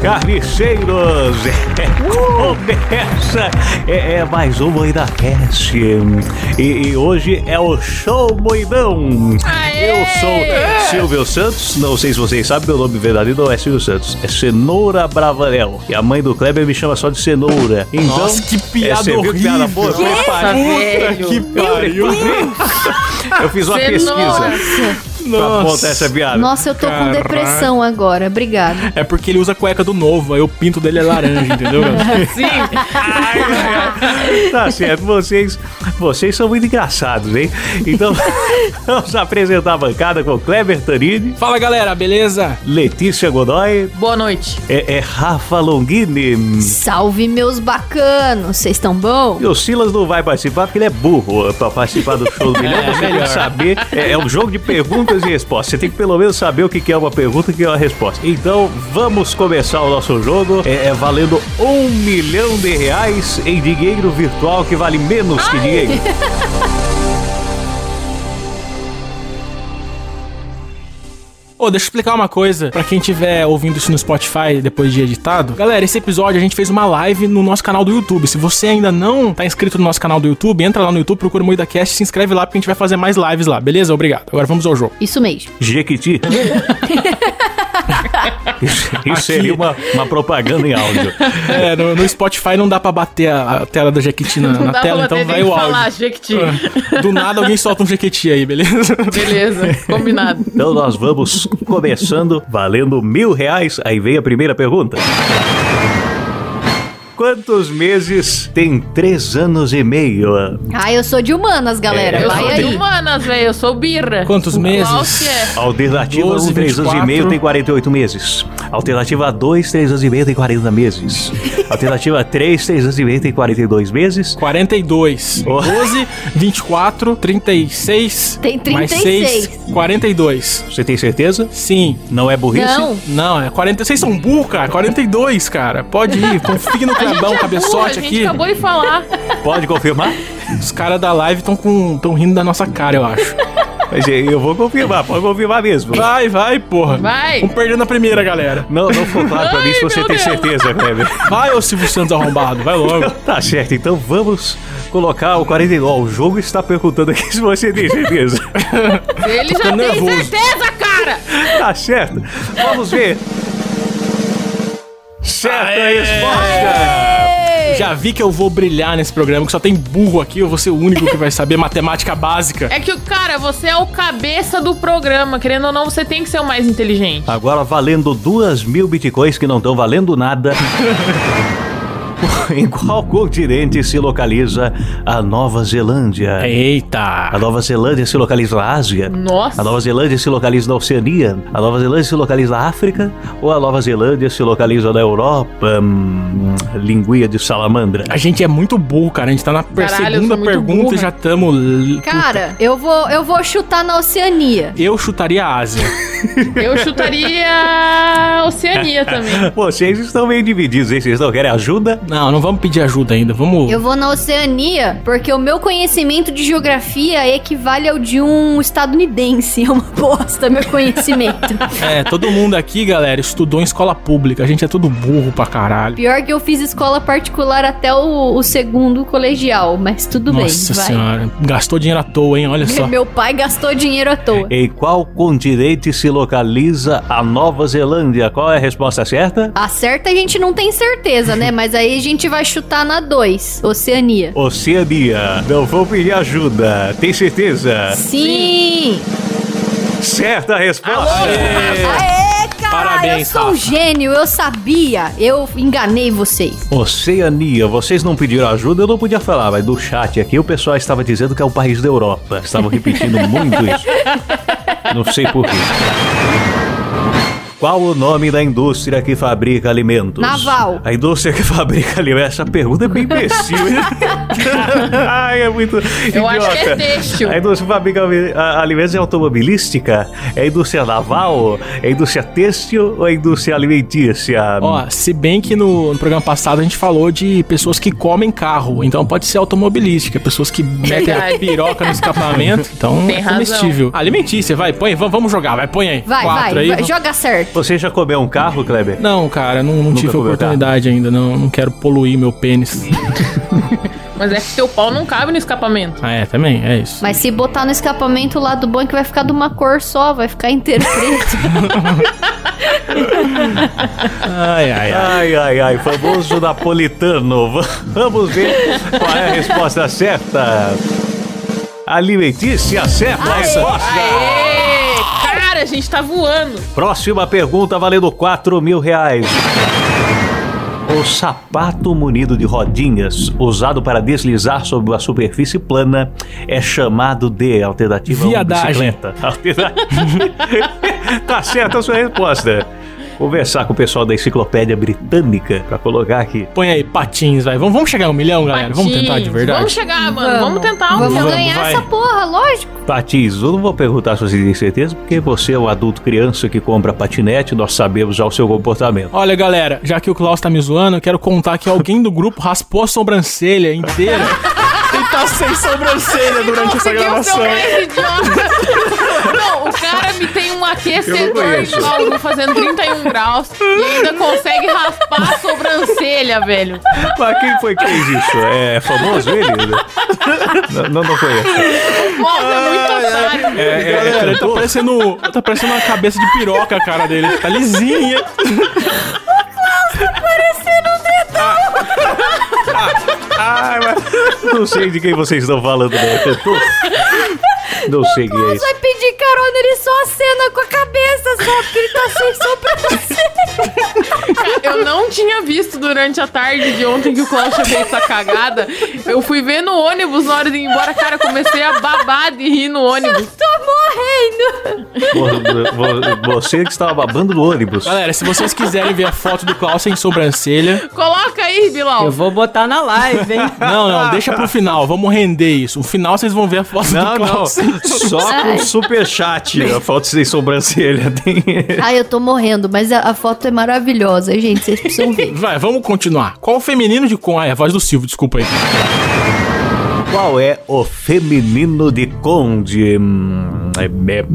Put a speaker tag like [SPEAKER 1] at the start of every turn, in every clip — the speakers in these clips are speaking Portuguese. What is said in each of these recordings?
[SPEAKER 1] carniceiros! Começa é, é mais um Moída Cast. E, e hoje é o Show Moidão. Eu sou Silvio Santos. Não sei se vocês sabem, meu nome verdadeiro não é Silvio Santos. É Cenoura Bravanel. E a mãe do Kleber me chama só de Cenoura. Então,
[SPEAKER 2] Nossa, que piada
[SPEAKER 1] é, você viu que
[SPEAKER 2] horrível.
[SPEAKER 1] piada boa? Eu
[SPEAKER 2] Que?
[SPEAKER 1] preparei-
[SPEAKER 2] Puta que pariu.
[SPEAKER 1] Eu fiz uma pesquisa
[SPEAKER 3] Nossa.
[SPEAKER 1] pra
[SPEAKER 2] Nossa.
[SPEAKER 1] apontar essa piada.
[SPEAKER 3] Nossa, eu tô com
[SPEAKER 2] Caraca.
[SPEAKER 3] depressão agora. Obrigada.
[SPEAKER 2] É porque ele usa a cueca do novo, aí o pinto dele é laranja, entendeu?
[SPEAKER 1] Tá certo, vocês, vocês são muito engraçados, hein? Então, vamos apresentar a bancada com Kleber Tanini,
[SPEAKER 2] Fala galera, beleza?
[SPEAKER 1] Letícia Godoy,
[SPEAKER 4] Boa noite.
[SPEAKER 1] é, é Rafa Longini.
[SPEAKER 3] Salve, meus bacanos. Vocês estão bom?
[SPEAKER 1] E o Silas não vai participar porque ele é burro pra participar do show do milhão.
[SPEAKER 2] É,
[SPEAKER 1] você tem
[SPEAKER 2] melhor.
[SPEAKER 1] que saber. É, é um jogo de perguntas e respostas. Você tem que pelo menos saber o que que é uma pergunta e o que é uma resposta. Então vamos começar o nosso jogo. É, é valendo um milhão de reais em dinheiro virtual que vale menos que dinheiro.
[SPEAKER 2] Ô, deixa eu explicar uma coisa pra quem tiver ouvindo isso no Spotify depois de editado. Galera, esse episódio a gente fez uma live no nosso canal do YouTube. Se você ainda não tá inscrito no nosso canal do YouTube, entra lá no YouTube, procura o MoidaCast, se inscreve lá porque a gente vai fazer mais lives lá, beleza? Obrigado. Agora vamos ao jogo.
[SPEAKER 3] Isso mesmo.
[SPEAKER 1] Jequiti. Isso, isso seria uma, uma propaganda em áudio.
[SPEAKER 2] É, no, no Spotify não dá pra bater a, a tela da Jequiti na, na tela, então vai o
[SPEAKER 4] falar,
[SPEAKER 2] áudio.
[SPEAKER 4] Jequiti.
[SPEAKER 2] Do nada alguém solta um Jequiti aí, beleza?
[SPEAKER 4] Beleza, combinado.
[SPEAKER 1] Então nós vamos começando valendo mil reais. Aí vem a primeira pergunta. Quantos meses tem três anos e meio?
[SPEAKER 3] Ah, eu sou de humanas, galera.
[SPEAKER 1] É,
[SPEAKER 4] Eu
[SPEAKER 3] Vai
[SPEAKER 4] sou de
[SPEAKER 3] aí.
[SPEAKER 4] humanas, velho. Eu sou birra.
[SPEAKER 2] Quantos meses?
[SPEAKER 4] Qual que é?
[SPEAKER 1] Alternativa 1,
[SPEAKER 2] 12,
[SPEAKER 1] 3 anos e meio
[SPEAKER 2] 24.
[SPEAKER 1] tem 48 meses. Alternativa 2, 3 anos e meio tem 40 meses. Alternativa 3, 3 anos e meio tem 42 meses.
[SPEAKER 2] 42.
[SPEAKER 1] Oh.
[SPEAKER 2] 12, 24, 36.
[SPEAKER 3] Tem
[SPEAKER 2] Mais
[SPEAKER 3] 36.
[SPEAKER 2] 6, 42.
[SPEAKER 1] Você tem certeza?
[SPEAKER 2] Sim.
[SPEAKER 1] Não é burrice?
[SPEAKER 3] Não.
[SPEAKER 2] Não, é 46 são burro, cara. 42, cara. Pode ir. Confia no Clebão,
[SPEAKER 4] Porra,
[SPEAKER 2] cabeçote
[SPEAKER 4] é a gente
[SPEAKER 2] aqui.
[SPEAKER 4] acabou de falar.
[SPEAKER 1] Pode confirmar?
[SPEAKER 2] Os caras da live estão com tão rindo da nossa cara, eu acho.
[SPEAKER 1] Mas é, eu vou confirmar, pode confirmar mesmo.
[SPEAKER 2] Vai, vai, porra.
[SPEAKER 4] Vai.
[SPEAKER 2] Vamos perder na primeira, galera.
[SPEAKER 1] Não, não ficou claro pra mim se
[SPEAKER 4] Ai,
[SPEAKER 1] você
[SPEAKER 4] meu
[SPEAKER 1] tem
[SPEAKER 4] Deus.
[SPEAKER 1] certeza, Kleber.
[SPEAKER 2] Vai, ô Silvio Santos arrombado. Vai logo.
[SPEAKER 1] Tá certo, então vamos colocar o 49. Ó, O jogo está perguntando aqui se você tem certeza.
[SPEAKER 4] Ele já tem
[SPEAKER 2] ficando nervoso.
[SPEAKER 4] certeza, cara.
[SPEAKER 1] tá certo. Vamos ver. Certa resposta!
[SPEAKER 2] Já vi que eu vou brilhar nesse programa, que só tem burro aqui. Eu vou ser o único que vai saber matemática básica.
[SPEAKER 4] É que, o cara, você é o cabeça do programa. Querendo ou não, você tem que ser o mais inteligente.
[SPEAKER 1] Agora valendo duas mil bitcoins que não estão valendo nada. em qual continente se localiza a Nova Zelândia?
[SPEAKER 2] É.
[SPEAKER 1] A
[SPEAKER 2] Eita.
[SPEAKER 1] Nova Zelândia se localiza na Ásia?
[SPEAKER 4] Nossa.
[SPEAKER 1] A Nova Zelândia se localiza na Oceania? A Nova Zelândia se localiza na África? Ou a Nova Zelândia se localiza na Europa? Hum, linguia de salamandra.
[SPEAKER 2] A gente é muito burro, cara. A gente tá na per-
[SPEAKER 4] Caralho, eu
[SPEAKER 2] segunda
[SPEAKER 4] sou muito
[SPEAKER 2] pergunta
[SPEAKER 4] burra.
[SPEAKER 2] e já tamo.
[SPEAKER 3] Cara, eu vou, eu vou chutar na Oceania.
[SPEAKER 2] Eu chutaria a Ásia.
[SPEAKER 4] Eu chutaria a Oceania também.
[SPEAKER 1] Vocês estão meio divididos, hein? Vocês não querem ajuda?
[SPEAKER 2] Não, não vamos pedir ajuda ainda. Vamos.
[SPEAKER 3] Eu vou na Oceania porque o meu conhecimento de geografia equivale ao de um estadunidense. É uma bosta meu conhecimento.
[SPEAKER 2] É, todo mundo aqui, galera, estudou em escola pública. A gente é tudo burro pra caralho.
[SPEAKER 3] Pior que eu fiz escola particular até o, o segundo colegial, mas tudo
[SPEAKER 2] Nossa
[SPEAKER 3] bem, vai.
[SPEAKER 2] senhora. Gastou dinheiro à toa, hein? Olha só.
[SPEAKER 3] Meu pai gastou dinheiro à toa.
[SPEAKER 1] Em qual continente se localiza a Nova Zelândia? Qual é a resposta certa?
[SPEAKER 3] A certa a gente não tem certeza, né? Mas aí a gente vai chutar na 2, Oceania.
[SPEAKER 1] Oceania. Não vou pedir ajuda. Tem certeza?
[SPEAKER 3] Sim!
[SPEAKER 1] Certa a resposta.
[SPEAKER 3] É.
[SPEAKER 2] Aê!
[SPEAKER 3] Aê, cara!
[SPEAKER 2] Parabéns,
[SPEAKER 3] eu sou um
[SPEAKER 2] Rafa.
[SPEAKER 3] gênio, eu sabia! Eu enganei vocês.
[SPEAKER 1] Oceania, vocês não pediram ajuda, eu não podia falar, mas do chat aqui o pessoal estava dizendo que é um país da Europa. Estavam repetindo muito isso. Não sei porquê. Qual o nome da indústria que fabrica alimentos?
[SPEAKER 3] Naval.
[SPEAKER 1] A indústria que fabrica alimentos. Essa pergunta é bem imbecil, hein? Ai, é muito.
[SPEAKER 4] Eu acho que é
[SPEAKER 1] idiota.
[SPEAKER 4] têxtil.
[SPEAKER 1] A indústria que fabrica ali- a- alimentos é automobilística? É indústria naval? É indústria têxtil ou é indústria alimentícia?
[SPEAKER 2] Ó, se bem que no, no programa passado a gente falou de pessoas que comem carro, então pode ser automobilística, pessoas que metem a
[SPEAKER 4] Verdade.
[SPEAKER 2] piroca no escapamento, então
[SPEAKER 4] Tem
[SPEAKER 2] é
[SPEAKER 4] razão.
[SPEAKER 2] comestível. Alimentícia, vai, põe, va- vamos jogar, vai, põe aí.
[SPEAKER 3] Vai,
[SPEAKER 2] Quatro
[SPEAKER 3] vai,
[SPEAKER 2] aí,
[SPEAKER 3] vai,
[SPEAKER 2] vamos-
[SPEAKER 3] joga certo.
[SPEAKER 1] Você já comeu um carro, Kleber?
[SPEAKER 2] Não, cara, não, não tive
[SPEAKER 1] comeu
[SPEAKER 2] oportunidade ainda, não, não quero poluir meu pênis.
[SPEAKER 4] Mas é que teu pau não cabe no escapamento.
[SPEAKER 2] Ah, é, também, é isso.
[SPEAKER 3] Mas se botar no escapamento lá do banco, é vai ficar de uma cor só, vai ficar inteiro preto.
[SPEAKER 2] Ai, ai, ai.
[SPEAKER 1] Ai, ai, ai, famoso napolitano. Vamos ver qual é a resposta certa. Alimentícia certa a resposta.
[SPEAKER 4] Aê! Cara, a gente tá voando.
[SPEAKER 1] Próxima pergunta valendo 4 mil reais. O sapato munido de rodinhas, usado para deslizar sobre uma superfície plana, é chamado de alternativa 1,
[SPEAKER 2] Viadagem.
[SPEAKER 1] bicicleta. Alternativa. tá certa a sua resposta. Conversar com o pessoal da enciclopédia britânica para colocar aqui.
[SPEAKER 2] Põe aí patins, vai. Vamos, vamos chegar a um milhão, galera? Vamos tentar de
[SPEAKER 4] Patins.
[SPEAKER 2] verdade?
[SPEAKER 4] Vamos chegar, mano. Vamos, tentar um
[SPEAKER 3] Vamos,
[SPEAKER 4] milhão.
[SPEAKER 3] ganhar
[SPEAKER 1] vai.
[SPEAKER 3] essa porra, lógico.
[SPEAKER 1] Patins, eu não vou perguntar se você tem certeza, porque você é um adulto criança que compra patinete, nós sabemos já o seu comportamento.
[SPEAKER 2] Olha, galera, já que o Klaus tá me zoando, eu quero contar que alguém do grupo raspou a sobrancelha inteira. e tá sem sobrancelha durante essa
[SPEAKER 4] Conseguiu
[SPEAKER 2] gravação. É,
[SPEAKER 4] ser o mais idiota. Não, o cara me tem um
[SPEAKER 1] Eu não
[SPEAKER 4] aquecedor
[SPEAKER 1] conheço.
[SPEAKER 4] de Bauru fazendo 31 graus e ainda consegue raspar a sobrancelha, velho.
[SPEAKER 1] Mas quem foi que fez isso? É famoso ele? Não, não, não conheço.
[SPEAKER 4] Nossa, é muito otário.
[SPEAKER 1] É, é, é
[SPEAKER 2] Galera, ele tá
[SPEAKER 1] cantor?
[SPEAKER 2] parecendo, tá parecendo uma cabeça de piroca a cara dele. Tá lisinha. O Klaus tá parecendo um dedão.
[SPEAKER 1] Ai, mas não sei de quem vocês estão falando, né? Cantor? Não sei quem é
[SPEAKER 3] Mas
[SPEAKER 1] isso.
[SPEAKER 3] vai pedir carona, ele só acena com a cabeça, só porque ele tá sem sobrancelha.
[SPEAKER 4] Eu não tinha visto durante a tarde de ontem que o Cláudio fez essa cagada. Eu fui ver no ônibus na hora de ir embora, cara, comecei a babar de rir no ônibus.
[SPEAKER 3] Tô
[SPEAKER 1] Vo-
[SPEAKER 3] morrendo.
[SPEAKER 1] vo- Você que estava babando no ônibus.
[SPEAKER 2] Galera, se vocês quiserem ver a foto do Klaus sem sobrancelha.
[SPEAKER 4] Coloca aí, Bilal.
[SPEAKER 5] Eu vou botar na live, hein?
[SPEAKER 2] Não, não, deixa pro final. Vamos render isso. No final vocês vão ver a foto
[SPEAKER 1] Não,
[SPEAKER 2] do
[SPEAKER 1] não.
[SPEAKER 2] Klaus.
[SPEAKER 1] Só com superchat. A foto sem sobrancelha. Tem...
[SPEAKER 3] Ai, eu tô morrendo, mas a, a foto é maravilhosa, gente. Vocês precisam ver.
[SPEAKER 2] Vai, vamos continuar. Qual o feminino de com? Ah, é a voz do Silvio, desculpa aí.
[SPEAKER 1] Qual é o feminino de Conde? Hum, é-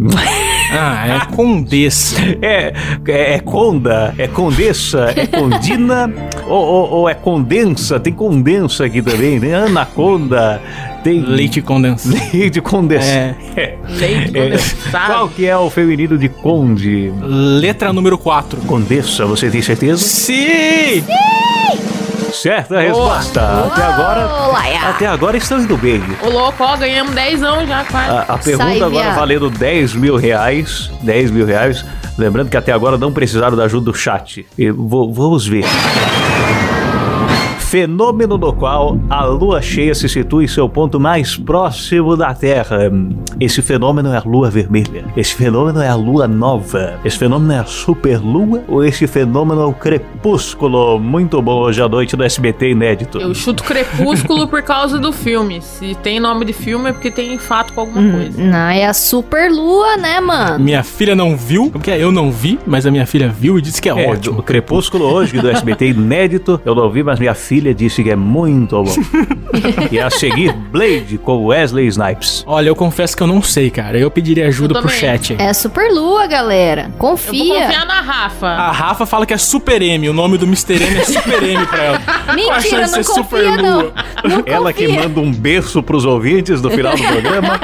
[SPEAKER 2] Ah, é condessa.
[SPEAKER 1] É, é, é conda, é condessa, é condina, ou, ou- ou é condensa, tem condensa aqui também, né? Anaconda, tem...
[SPEAKER 2] Leite condensado.
[SPEAKER 1] Leite condensado. É.
[SPEAKER 4] Leite
[SPEAKER 1] É.
[SPEAKER 4] condensado.
[SPEAKER 1] Qual que é o feminino de conde?
[SPEAKER 2] Letra número 4.
[SPEAKER 1] Condessa, você tem certeza?
[SPEAKER 2] Sim!
[SPEAKER 1] Certa resposta. Até agora,
[SPEAKER 3] Ô, Laia.
[SPEAKER 1] até agora estamos indo bem.
[SPEAKER 4] Ô, louco, ó, ganhamos 10 anos já, quase.
[SPEAKER 1] A, a pergunta
[SPEAKER 3] Sai,
[SPEAKER 1] agora
[SPEAKER 3] viado.
[SPEAKER 1] valendo 10 mil reais. 10 mil reais. Lembrando que até agora não precisaram da ajuda do chat. E vo- vamos ver. Fenômeno no qual a lua cheia se situa em seu ponto mais próximo da Terra. Esse fenômeno é a lua vermelha. Esse fenômeno é a lua nova. Esse fenômeno é a superlua ou esse fenômeno é o crepúsculo? Muito bom hoje à noite do SBT inédito.
[SPEAKER 4] Eu chuto crepúsculo por causa do filme. Se tem nome de filme é porque tem fato com
[SPEAKER 1] Hum,
[SPEAKER 4] alguma coisa.
[SPEAKER 3] Não, é a super lua, né, mano?
[SPEAKER 2] Minha filha não viu, porque é, eu não vi, mas a minha filha viu e disse que é,
[SPEAKER 1] É,
[SPEAKER 2] ótimo.
[SPEAKER 1] O Crepúsculo hoje do SBT inédito. Eu não vi, mas minha filha disse que é muito bom. e a seguir, Blade com Wesley Snipes.
[SPEAKER 2] Olha, eu confesso que eu não sei, cara. Eu pediria ajuda
[SPEAKER 4] Eu
[SPEAKER 2] pro
[SPEAKER 4] também.
[SPEAKER 2] chat. aí.
[SPEAKER 3] É a super lua, galera.
[SPEAKER 4] Eu vou
[SPEAKER 3] Confia.
[SPEAKER 4] confiar na Rafa.
[SPEAKER 1] Ah.
[SPEAKER 2] A Rafa fala que é Super M, o nome do Mr. M é Super M pra ela. Com a
[SPEAKER 3] Mentira,
[SPEAKER 2] chance
[SPEAKER 3] não
[SPEAKER 2] de ser Super
[SPEAKER 3] confia, não.
[SPEAKER 2] Lua.
[SPEAKER 3] Não
[SPEAKER 1] Ela que
[SPEAKER 3] confia.
[SPEAKER 1] manda um berço pros ouvintes no final do programa.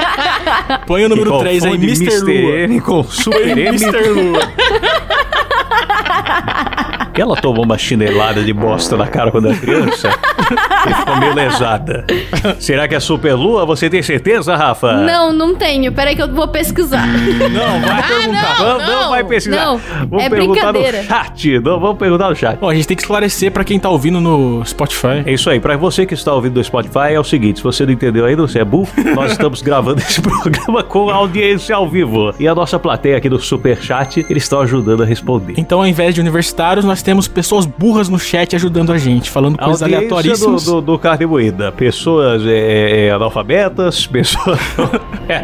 [SPEAKER 2] Põe o número
[SPEAKER 1] Que
[SPEAKER 2] 3 aí,
[SPEAKER 1] confunde
[SPEAKER 2] Mr. Lua.
[SPEAKER 1] M com Super M.
[SPEAKER 2] Mr. Lua.
[SPEAKER 1] Ela tomou uma chinelada de bosta na cara quando era criança e ficou meio lesada. Será que é Super Lua? Você tem certeza, Rafa?
[SPEAKER 3] Não, não tenho. Peraí que eu vou pesquisar.
[SPEAKER 1] Não, vai perguntar.
[SPEAKER 4] não,
[SPEAKER 1] Vamos- não,
[SPEAKER 4] não.
[SPEAKER 1] vai pesquisar.
[SPEAKER 3] Não,
[SPEAKER 1] vamos
[SPEAKER 3] é
[SPEAKER 1] perguntar
[SPEAKER 3] brincadeira.
[SPEAKER 1] no chat. Não, vamos perguntar no chat.
[SPEAKER 2] Bom, a gente tem que esclarecer pra quem tá ouvindo no Spotify.
[SPEAKER 1] É isso aí. Pra você que está ouvindo do Spotify, é o seguinte: se você não entendeu ainda, você é burro. Nós estamos gravando esse programa com a audiência ao vivo. E a nossa plateia aqui do Superchat, eles estão ajudando a responder.
[SPEAKER 2] Então, ao invés de universitários, nós temos pessoas burras no chat ajudando a gente, falando
[SPEAKER 1] A
[SPEAKER 2] coisas
[SPEAKER 1] audiência do,
[SPEAKER 2] aleatoríssimas.
[SPEAKER 1] do, do Carne Moída. Pessoas é, é, analfabetas, pessoas. é,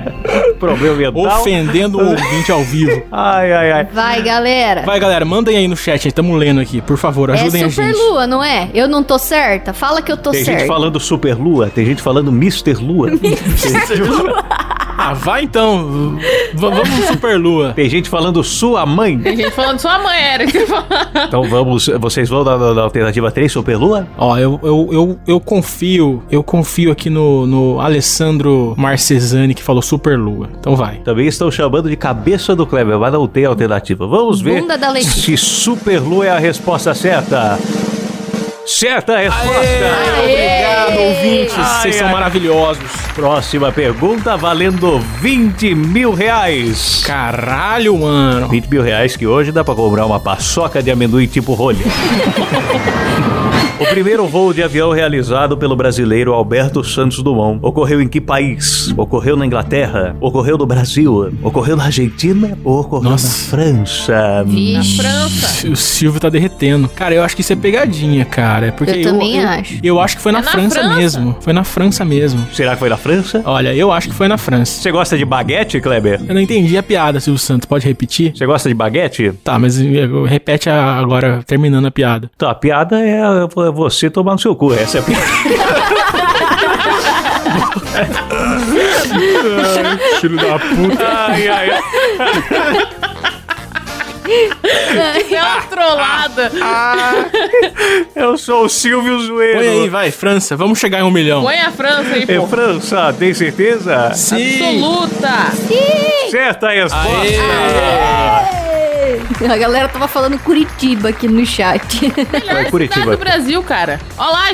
[SPEAKER 1] problema mental.
[SPEAKER 2] Ofendendo o ouvinte ao vivo.
[SPEAKER 1] Ai, ai, ai.
[SPEAKER 3] Vai, galera.
[SPEAKER 2] Vai, galera, mandem aí no chat, aí tamo lendo aqui, por favor,
[SPEAKER 3] é
[SPEAKER 2] ajudem a
[SPEAKER 3] super
[SPEAKER 2] gente.
[SPEAKER 3] lua, não é? Eu não tô certa? Fala que eu tô
[SPEAKER 1] Tem gente
[SPEAKER 3] certa.
[SPEAKER 1] falando Super Lua, tem gente falando Mr. Lua. Tem gente-
[SPEAKER 2] Ah, vai então. V- vamos super lua.
[SPEAKER 1] Tem gente falando sua mãe.
[SPEAKER 4] Tem gente falando sua mãe, era que você falava.
[SPEAKER 1] Então vamos, vocês vão na, na- na alternativa 3, Superlua?
[SPEAKER 2] Ó, eu, eu, eu, eu confio, eu confio aqui no, no Alessandro Marcesani que falou super lua. Então vai.
[SPEAKER 1] Também estão chamando de cabeça do Kleber, mas não tem alternativa. Vamos ver
[SPEAKER 3] Bunda da
[SPEAKER 1] se
[SPEAKER 3] Letícia.
[SPEAKER 1] Superlua é a resposta certa. Certa é resposta! Obrigado, ouvintes!
[SPEAKER 2] Vocês são maravilhosos.
[SPEAKER 1] Próxima pergunta valendo 20 mil reais.
[SPEAKER 2] Caralho, mano.
[SPEAKER 1] 20 mil reais que hoje dá pra comprar uma paçoca de amendoim tipo rolha. O primeiro voo de avião realizado pelo brasileiro Alberto Santos Dumont ocorreu em que país? Ocorreu na Inglaterra? Ocorreu no Brasil? Ocorreu na Argentina? Ou ocorreu
[SPEAKER 2] Nossa.
[SPEAKER 1] na França?
[SPEAKER 3] Vixe.
[SPEAKER 4] França.
[SPEAKER 2] O Silvio tá derretendo. Cara, eu acho que isso é pegadinha, cara. É Porque
[SPEAKER 3] Eu também acho.
[SPEAKER 2] Eu acho que foi na,
[SPEAKER 4] É na
[SPEAKER 2] França,
[SPEAKER 4] França.
[SPEAKER 2] mesmo. Foi na França mesmo.
[SPEAKER 1] Será que foi na França?
[SPEAKER 2] Olha, eu acho que foi na França.
[SPEAKER 1] Você gosta de baguete, Kleber?
[SPEAKER 2] Eu não entendi a piada, Silvio Santos. Pode repetir?
[SPEAKER 1] Você gosta de baguete?
[SPEAKER 2] Tá, mas eh, repete a- agora, terminando a piada.
[SPEAKER 1] Tá, a piada é você tomar no seu cu. Essa é a piada.
[SPEAKER 2] Filho da puta.
[SPEAKER 1] Ai, ai, ai.
[SPEAKER 4] Que
[SPEAKER 1] Ah,
[SPEAKER 4] bela trollada.
[SPEAKER 1] Eu sou o Silvio Zueiro.
[SPEAKER 2] Põe aí, vai, França. Vamos chegar em um milhão.
[SPEAKER 4] Põe a França aí,
[SPEAKER 1] É
[SPEAKER 4] pô.
[SPEAKER 1] França, tem certeza?
[SPEAKER 2] Sim.
[SPEAKER 4] Absoluta.
[SPEAKER 1] Certa a resposta.
[SPEAKER 3] A galera tava falando Curitiba aqui no chat.
[SPEAKER 4] Melhor
[SPEAKER 1] Curitiba.
[SPEAKER 4] cidade do Brasil, cara. Olha lá,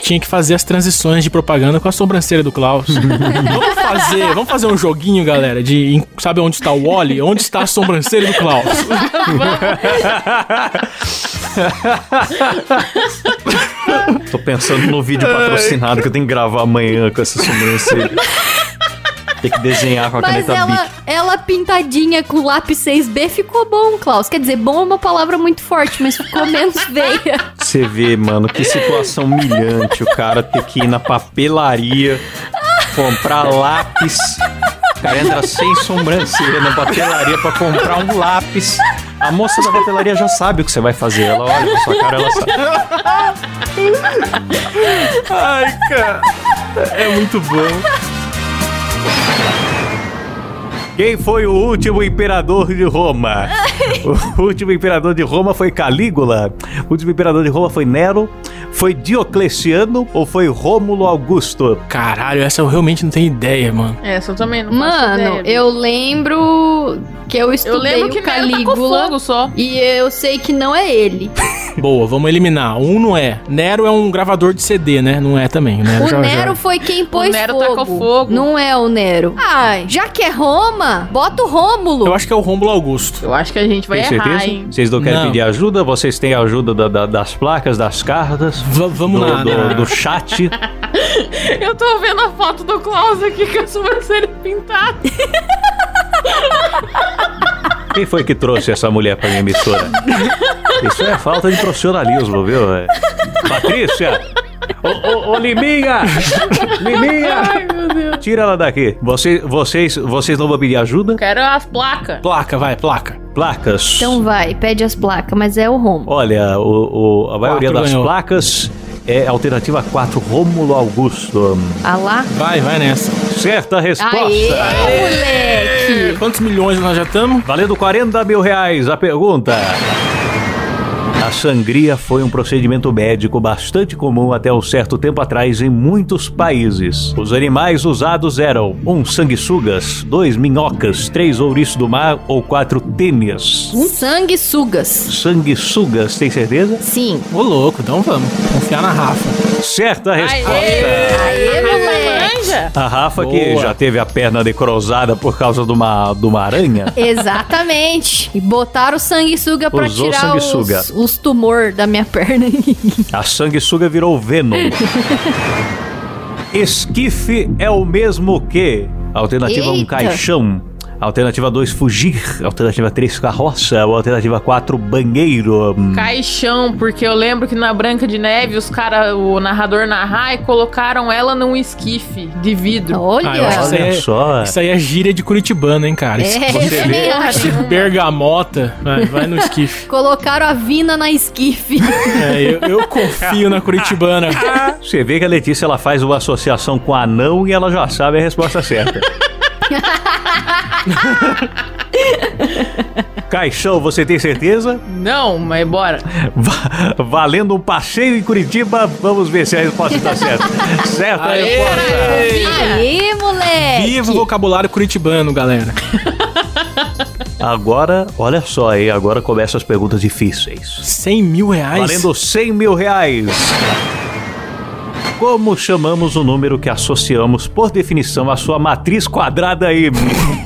[SPEAKER 2] Tinha que fazer as transições de propaganda com a sobrancelha do Klaus. vamos fazer, vamos fazer um joguinho, galera, de em- sabe onde está o Wally? Onde está a sobrancelha do Klaus?
[SPEAKER 1] Tô pensando no vídeo patrocinado que eu tenho que gravar amanhã com essa sobrancelha. Tem que desenhar com a
[SPEAKER 3] Mas
[SPEAKER 1] caneta
[SPEAKER 3] ela,
[SPEAKER 1] bic.
[SPEAKER 3] ela pintadinha com lápis 6B ficou bom, Klaus. Quer dizer, bom é uma palavra muito forte, mas ficou menos veia.
[SPEAKER 5] Você vê, mano, que situação humilhante o cara ter que ir na papelaria comprar lápis. O cara entra sem sobrancelha na papelaria pra comprar um lápis. A moça da papelaria já sabe o que você vai fazer. Ela olha pra sua cara, ela sabe.
[SPEAKER 1] Ai, cara. É muito bom. Quem foi o último imperador de Roma? O último imperador de Roma foi Calígula. O último imperador de Roma foi Nero. Foi Diocleciano ou foi Rômulo Augusto?
[SPEAKER 2] Caralho, essa eu realmente não tenho ideia, mano.
[SPEAKER 4] Essa eu É, também não faço
[SPEAKER 3] Mano,
[SPEAKER 4] ideia.
[SPEAKER 3] eu lembro que eu
[SPEAKER 4] Eu
[SPEAKER 3] estudei
[SPEAKER 4] lembro que
[SPEAKER 3] o
[SPEAKER 4] Nero tacou
[SPEAKER 3] Calígula.
[SPEAKER 4] fogo só.
[SPEAKER 3] E eu sei que não é ele.
[SPEAKER 2] Boa, vamos eliminar. Um não é. Nero é um gravador de CD, né? Não é também. Nero
[SPEAKER 3] O
[SPEAKER 2] já- já-
[SPEAKER 3] Nero foi quem pôs
[SPEAKER 4] Nero
[SPEAKER 3] fogo.
[SPEAKER 4] tacou fogo.
[SPEAKER 3] Não é o Nero. Ai, já que é Roma, bota o
[SPEAKER 2] Eu
[SPEAKER 3] Rômulo.
[SPEAKER 2] acho que é o Rômulo Augusto.
[SPEAKER 4] Eu acho que a gente vai
[SPEAKER 1] Tem
[SPEAKER 4] errar,
[SPEAKER 1] certeza?
[SPEAKER 4] hein.
[SPEAKER 1] Vocês não querem
[SPEAKER 2] Não.
[SPEAKER 1] pedir ajuda? Vocês têm a ajuda da- da- das placas, das cartas?
[SPEAKER 2] V- vamos
[SPEAKER 1] do,
[SPEAKER 2] lá,
[SPEAKER 1] do-
[SPEAKER 2] né?
[SPEAKER 1] do chat.
[SPEAKER 4] Eu tô vendo a foto do Klaus aqui com a sobrancelha pintada.
[SPEAKER 1] Quem foi que trouxe essa mulher pra minha emissora? Isso é falta de profissionalismo, viu? velho? Patrícia! Ô, ô, ô, Liminha! Liminha!
[SPEAKER 4] Ai, meu Deus.
[SPEAKER 1] Tira ela daqui. Vocês, vocês, vocês não vão pedir ajuda?
[SPEAKER 4] Quero as placas.
[SPEAKER 2] Placa, vai, placa.
[SPEAKER 1] Placas.
[SPEAKER 3] Então vai, pede as placas, mas é o Rômulo.
[SPEAKER 1] Olha, o- o- a maioria
[SPEAKER 2] Quatro
[SPEAKER 1] das
[SPEAKER 2] ganhou.
[SPEAKER 1] placas é alternativa 4, Rômulo Augusto.
[SPEAKER 3] Alá.
[SPEAKER 2] Vai, vai nessa.
[SPEAKER 1] Certa resposta!
[SPEAKER 3] Ah Aê, moleque.
[SPEAKER 2] É, Quantos milhões nós já estamos?
[SPEAKER 1] Valendo 40 mil reais a pergunta. A sangria foi um procedimento médico bastante comum até um certo tempo atrás em muitos países. Os animais usados eram um sanguessugas, dois minhocas, três ouriços do mar ou quatro tênias.
[SPEAKER 3] Um Sanguessugas.
[SPEAKER 1] Sanguessugas, tem certeza?
[SPEAKER 3] Sim.
[SPEAKER 2] Ô, louco, então vamos. Confiar na Rafa.
[SPEAKER 1] Certa resposta.
[SPEAKER 3] Aê, moleque.
[SPEAKER 4] Manja.
[SPEAKER 1] A Rafa que
[SPEAKER 2] Boa.
[SPEAKER 1] já teve a perna necrosada por causa de uma, de uma aranha.
[SPEAKER 3] Exatamente. E botaram o sanguessuga pra
[SPEAKER 1] Usou
[SPEAKER 3] tirar
[SPEAKER 1] sanguessuga.
[SPEAKER 3] Os, os tumor da minha perna.
[SPEAKER 1] A sanguessuga virou Venom. Esquife é o mesmo que. Alternativa 1, um
[SPEAKER 3] Eita.
[SPEAKER 1] caixão. Alternativa 2, fugir. Alternativa 3, carroça. Ou alternativa 4, banheiro. Hum,
[SPEAKER 4] Caixão, porque eu lembro que na Branca de Neve os caras, o narrador narrar e colocaram ela num esquife de vidro.
[SPEAKER 2] Ah, eu
[SPEAKER 3] Olha.
[SPEAKER 2] acho que isso aí
[SPEAKER 1] Olha
[SPEAKER 2] é-
[SPEAKER 1] só.
[SPEAKER 2] Isso aí é gíria de curitibano, hein, cara? Isso-
[SPEAKER 3] é, eu
[SPEAKER 1] você
[SPEAKER 3] também
[SPEAKER 1] vê.
[SPEAKER 3] acho.
[SPEAKER 2] Bergamota. Vai, vai no esquife.
[SPEAKER 3] Colocaram a Vina na esquife.
[SPEAKER 2] É, eu, eu confio na curitibana.
[SPEAKER 1] Você vê que a Letícia ela faz uma associação com anão e ela já sabe a resposta certa. Caixão, você tem certeza?
[SPEAKER 4] Não, mas bora.
[SPEAKER 1] Va- valendo um passeio em Curitiba, vamos ver se a resposta está certa. certa a
[SPEAKER 2] Aê!
[SPEAKER 1] resposta.
[SPEAKER 3] Aí, moleque!
[SPEAKER 2] Viva o vocabulário curitibano, galera.
[SPEAKER 1] Agora, olha só aí, agora começam as perguntas difíceis.
[SPEAKER 2] 100 mil reais?
[SPEAKER 1] Valendo 100 mil reais. Como chamamos o número que associamos, por definição, à sua matriz quadrada M?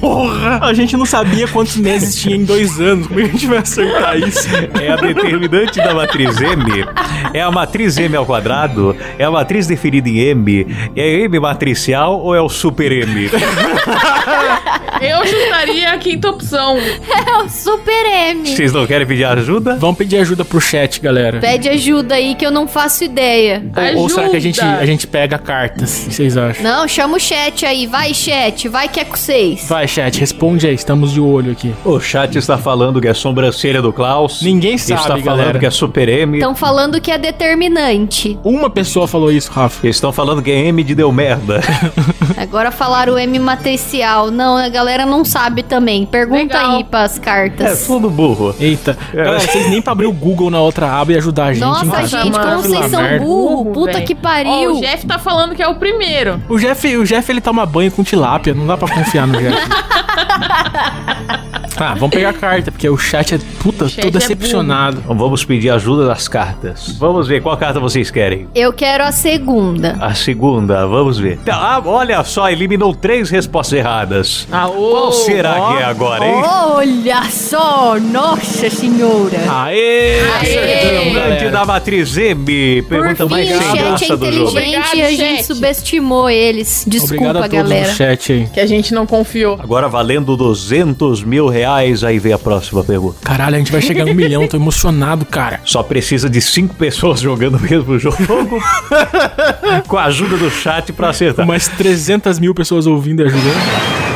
[SPEAKER 2] Porra! A gente não sabia quantos meses tinha em dois anos. Como é que a gente vai acertar isso?
[SPEAKER 1] É a determinante da matriz M? É a matriz M ao quadrado? É a matriz definida em M? É M matricial ou é o super M?
[SPEAKER 4] Eu chutaria a quinta opção.
[SPEAKER 3] É o Super M.
[SPEAKER 1] Vocês não querem pedir ajuda?
[SPEAKER 2] Vamos pedir ajuda pro chat, galera.
[SPEAKER 3] Pede ajuda aí que eu não faço ideia.
[SPEAKER 2] Ou, ou será que a gente,
[SPEAKER 4] Ajuda.
[SPEAKER 2] a gente pega cartas? O que vocês acham?
[SPEAKER 3] Não, chama o chat aí. Vai, chat. Vai que é com vocês.
[SPEAKER 2] Vai, chat, responde aí. Estamos de olho aqui.
[SPEAKER 1] O chat está falando que é sobrancelha do Klaus.
[SPEAKER 2] Ninguém sabe,
[SPEAKER 1] Está falando
[SPEAKER 2] galera.
[SPEAKER 1] que é super M.
[SPEAKER 3] Estão falando que é determinante.
[SPEAKER 2] Uma pessoa falou isso, Rafa.
[SPEAKER 1] Eles estão falando que é M de deu merda.
[SPEAKER 3] Agora falaram o M matricial. Não, a galera não sabe também. Pergunta
[SPEAKER 4] Legal.
[SPEAKER 3] aí pras
[SPEAKER 1] É
[SPEAKER 3] cartas.
[SPEAKER 1] tudo burro.
[SPEAKER 2] Eita.
[SPEAKER 1] É.
[SPEAKER 2] Galera, vocês nem pra abrir o Google na outra aba e ajudar a gente. hein,
[SPEAKER 3] Nossa,
[SPEAKER 2] cara?
[SPEAKER 4] Nossa,
[SPEAKER 3] gente, como
[SPEAKER 4] mano,
[SPEAKER 3] vocês
[SPEAKER 4] pela
[SPEAKER 3] são
[SPEAKER 2] merda.
[SPEAKER 3] burro.
[SPEAKER 4] Burro,
[SPEAKER 3] Puta
[SPEAKER 4] véi.
[SPEAKER 3] que
[SPEAKER 4] Ó,
[SPEAKER 3] pariu.
[SPEAKER 4] o Jeff tá falando que é o primeiro.
[SPEAKER 2] O Jeff, o Jeff, ele toma banho com tilápia. Não dá pra confiar no Jeff. Ah, vamos pegar a carta, porque o chat é, puta,
[SPEAKER 4] chat
[SPEAKER 2] tô
[SPEAKER 4] é
[SPEAKER 2] decepcionado.
[SPEAKER 1] Então Vamos pedir ajuda das cartas. Vamos ver qual carta vocês querem.
[SPEAKER 3] Eu quero a segunda.
[SPEAKER 1] A segunda, vamos ver. Tá, ah, olha só, eliminou três respostas erradas.
[SPEAKER 3] Ah,
[SPEAKER 2] Ah,
[SPEAKER 4] Aô,
[SPEAKER 3] oh,
[SPEAKER 1] Qual será
[SPEAKER 2] ó,
[SPEAKER 1] que é agora, hein?
[SPEAKER 3] Olha só, nossa senhora.
[SPEAKER 2] Aê! Acertamos,
[SPEAKER 1] Determinante
[SPEAKER 2] galera.
[SPEAKER 1] da matriz M. Pergunta
[SPEAKER 3] Por
[SPEAKER 1] mais
[SPEAKER 3] fim, o
[SPEAKER 1] sem
[SPEAKER 3] chat é
[SPEAKER 1] graça do jogo.
[SPEAKER 3] inteligente e a
[SPEAKER 4] Obrigado,
[SPEAKER 3] gente
[SPEAKER 4] chat.
[SPEAKER 3] subestimou eles.
[SPEAKER 2] Obrigado
[SPEAKER 3] Desculpa,
[SPEAKER 2] a todos
[SPEAKER 3] galera.
[SPEAKER 2] no chat aí.
[SPEAKER 4] Que a gente não confiou.
[SPEAKER 1] Agora valendo 200 mil reais, aí vem a próxima pergunta.
[SPEAKER 2] Caralho, a gente vai chegar em um milhão, tô emocionado, cara.
[SPEAKER 1] Só precisa de cinco pessoas jogando o mesmo jogo com a ajuda do chat pra acertar.
[SPEAKER 2] Umas 300 mil pessoas ouvindo e ajudando.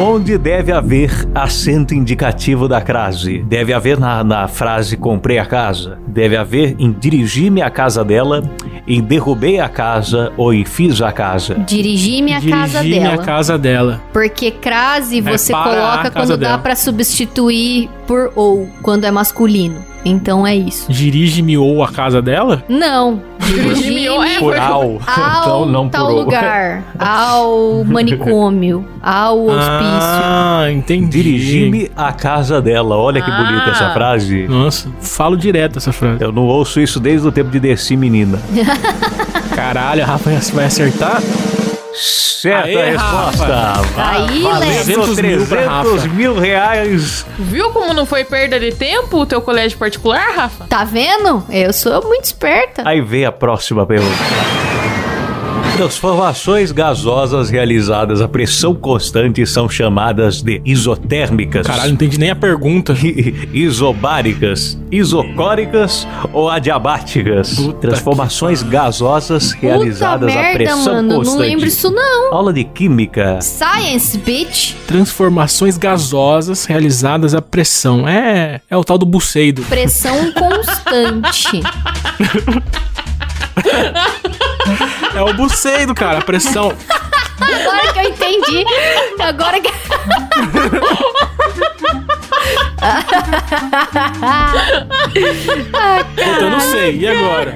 [SPEAKER 1] Onde deve haver acento indicativo da crase? Deve haver na, na frase comprei a casa? Deve haver em dirigi-me à casa dela, em derrubei a casa ou em fiz a casa?
[SPEAKER 3] Dirigir-me à casa
[SPEAKER 2] Dirigir-me
[SPEAKER 3] dela.
[SPEAKER 2] à casa dela.
[SPEAKER 3] Porque crase você
[SPEAKER 2] É, para a casa
[SPEAKER 3] coloca quando dá
[SPEAKER 2] dela.
[SPEAKER 3] pra substituir por ou, quando é masculino. Então é isso.
[SPEAKER 2] Dirige-me ou à casa dela?
[SPEAKER 3] Não.
[SPEAKER 4] Dirigir-me ou- é, foi-
[SPEAKER 1] Plural.
[SPEAKER 3] Ao
[SPEAKER 1] então não
[SPEAKER 3] tal
[SPEAKER 1] por ou.
[SPEAKER 3] lugar, ao manicômio, ao hospício.
[SPEAKER 2] Ah, entendi.
[SPEAKER 1] Dirigi-me à casa dela. Olha que
[SPEAKER 4] Ah.
[SPEAKER 1] bonita essa frase.
[SPEAKER 2] Nossa, falo direto essa frase.
[SPEAKER 1] Eu não ouço isso desde o tempo de Desci Menina.
[SPEAKER 2] Caralho, Rafa, você vai acertar?
[SPEAKER 1] Certa
[SPEAKER 2] Aê,
[SPEAKER 1] resposta.
[SPEAKER 3] Aí, né, Léo.
[SPEAKER 2] Valeu. 300 mil pra Rafa.
[SPEAKER 1] 300 mil reais.
[SPEAKER 4] Viu como não foi perda de tempo o teu colégio particular, Rafa?
[SPEAKER 3] Tá vendo? Eu sou muito esperta.
[SPEAKER 1] Aí vem a próxima pergunta. Transformações gasosas realizadas a pressão constante são chamadas de isotérmicas,
[SPEAKER 2] Caralho, não entendi nem a pergunta.
[SPEAKER 1] isobáricas, isocóricas ou adiabáticas.
[SPEAKER 2] Puta
[SPEAKER 1] Transformações gasosas realizadas
[SPEAKER 3] Puta
[SPEAKER 1] a
[SPEAKER 3] merda,
[SPEAKER 1] pressão
[SPEAKER 3] mano.
[SPEAKER 1] constante.
[SPEAKER 3] Não lembro isso, não.
[SPEAKER 1] Aula de química.
[SPEAKER 3] Science, bitch.
[SPEAKER 2] Transformações gasosas realizadas à pressão. É, é o tal do buceido.
[SPEAKER 3] Pressão constante.
[SPEAKER 2] É o buceido, cara, a pressão.
[SPEAKER 3] Agora que eu entendi. Agora que.
[SPEAKER 2] Puta, eu não sei. E agora?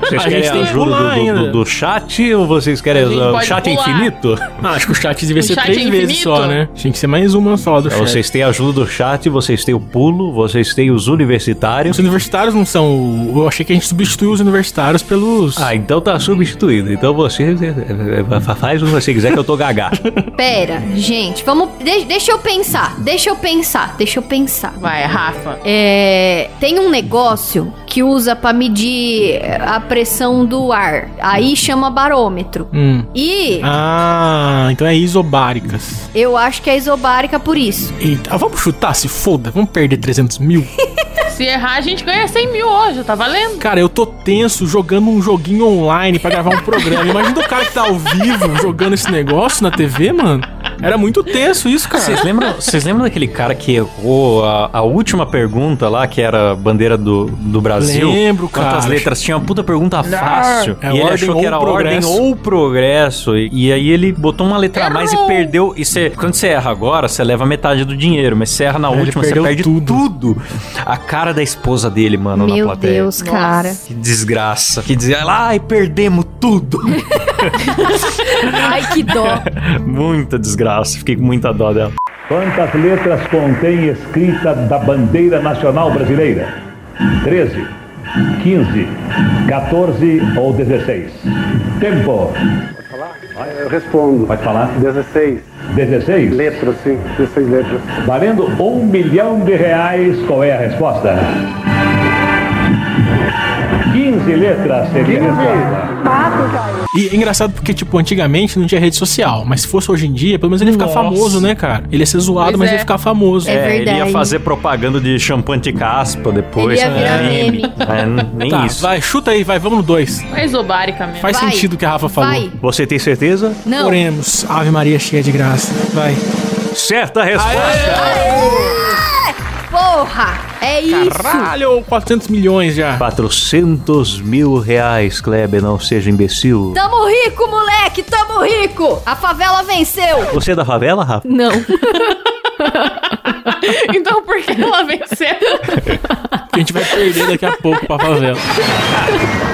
[SPEAKER 1] Vocês
[SPEAKER 2] A
[SPEAKER 1] querem
[SPEAKER 2] gente
[SPEAKER 1] a
[SPEAKER 2] tem que
[SPEAKER 1] ajuda
[SPEAKER 2] pular
[SPEAKER 1] do- do,
[SPEAKER 2] ainda.
[SPEAKER 1] do- do chat ou vocês querem
[SPEAKER 4] A gente
[SPEAKER 1] o
[SPEAKER 4] pode
[SPEAKER 1] chat
[SPEAKER 4] pular.
[SPEAKER 1] infinito?
[SPEAKER 2] Ah, acho que o chat devia
[SPEAKER 4] O
[SPEAKER 2] ser
[SPEAKER 4] chat
[SPEAKER 2] três
[SPEAKER 4] é
[SPEAKER 2] vezes
[SPEAKER 4] infinito?
[SPEAKER 2] só, né? Tinha que ser mais uma só do
[SPEAKER 1] Então,
[SPEAKER 2] chat.
[SPEAKER 1] Vocês têm a ajuda do chat, vocês têm o pulo, vocês têm os universitários.
[SPEAKER 2] Os universitários não são. o- Eu achei que a gente substituiu os universitários pelos.
[SPEAKER 1] Ah, então tá substituído. Então você eh, fa- faz o que você quiser que eu tô gagá.
[SPEAKER 3] Pera, gente, vamos. de- deixa eu pensar. Deixa eu pensar. Deixa eu pensar.
[SPEAKER 4] Vai, Rafa.
[SPEAKER 3] É, tem um negócio que usa pra medir a pressão do ar. Aí chama barômetro.
[SPEAKER 2] Hum.
[SPEAKER 3] E
[SPEAKER 2] Ah, então é isobáricas.
[SPEAKER 3] eu acho que é isobárica por isso.
[SPEAKER 2] Eita, ah, vamos chutar, se foda. Vamos perder 300 mil.
[SPEAKER 4] Se errar, a gente ganha 100 mil hoje, tá valendo.
[SPEAKER 2] Cara, eu tô tenso jogando um joguinho online pra gravar um programa. Imagina o cara que tá ao vivo jogando esse negócio na TV, mano. Era muito tenso isso, cara.
[SPEAKER 1] Vocês lembram, vocês lembram daquele cara que errou a, a última pergunta lá, que era a bandeira do, do Brasil?
[SPEAKER 2] Lembro,
[SPEAKER 1] Quantas
[SPEAKER 2] cara.
[SPEAKER 1] letras tinha? Uma puta pergunta fácil. e
[SPEAKER 2] é
[SPEAKER 1] ele
[SPEAKER 2] ordem
[SPEAKER 1] achou que
[SPEAKER 2] ou
[SPEAKER 1] era
[SPEAKER 2] progresso.
[SPEAKER 1] ordem ou progresso. E, e aí ele botou uma letra a mais e perdeu. E você- quando você erra agora, você leva metade do dinheiro. Mas você erra na
[SPEAKER 2] Ele
[SPEAKER 1] última, você
[SPEAKER 2] perdeu
[SPEAKER 1] perde É, tudo.
[SPEAKER 2] tudo.
[SPEAKER 1] A cara da esposa dele, mano, na
[SPEAKER 3] Meu
[SPEAKER 1] plateia.
[SPEAKER 3] Deus, cara.
[SPEAKER 1] Que desgraça. Que desgraça. Ela, Ai, perdemos tudo.
[SPEAKER 3] Ai, que dó.
[SPEAKER 1] muita desgraça. Fiquei com muita dó dela.
[SPEAKER 6] Quantas letras contém escrita da bandeira nacional brasileira? 13, 15, 14 ou 16? Tempo.
[SPEAKER 7] Eu respondo.
[SPEAKER 6] Pode falar.
[SPEAKER 7] 16
[SPEAKER 6] 16?
[SPEAKER 7] letras, sim. 16 letras.
[SPEAKER 6] Valendo um milhão de reais, qual é a resposta? 15 letras seria a resposta.
[SPEAKER 2] E é engraçado porque, tipo, antigamente não tinha rede social. Mas se fosse hoje em dia, pelo menos ele ia ficar
[SPEAKER 1] Nossa.
[SPEAKER 2] famoso, né, cara? Ele ia ser zoado,
[SPEAKER 4] Pois
[SPEAKER 2] mas
[SPEAKER 4] é.
[SPEAKER 2] ia ficar famoso.
[SPEAKER 3] É.
[SPEAKER 1] É, ele ia
[SPEAKER 3] verdade.
[SPEAKER 1] fazer propaganda de champanhe de caspa depois.
[SPEAKER 3] Ele ia
[SPEAKER 8] né?
[SPEAKER 3] virar meme.
[SPEAKER 1] É, n- nem
[SPEAKER 2] Tá,
[SPEAKER 1] isso.
[SPEAKER 2] vai, chuta aí, vai, vamos no dois.
[SPEAKER 4] É isobárica mesmo.
[SPEAKER 2] Faz
[SPEAKER 3] Vai.
[SPEAKER 2] sentido o que a Rafa falou.
[SPEAKER 3] Vai.
[SPEAKER 8] Você tem certeza?
[SPEAKER 3] Não.
[SPEAKER 2] Oremos, Ave Maria cheia de graça. Vai.
[SPEAKER 8] Certa resposta.
[SPEAKER 3] Porra! É isso!
[SPEAKER 2] Caralho, 400 milhões já.
[SPEAKER 8] 400 mil reais, Kleber, não seja imbecil.
[SPEAKER 3] Tamo rico, moleque! Tamo rico! A favela venceu!
[SPEAKER 8] Você é da favela, Rafa?
[SPEAKER 3] Não.
[SPEAKER 4] Então por que ela venceu?
[SPEAKER 2] Que a gente vai perder daqui a pouco pra favela.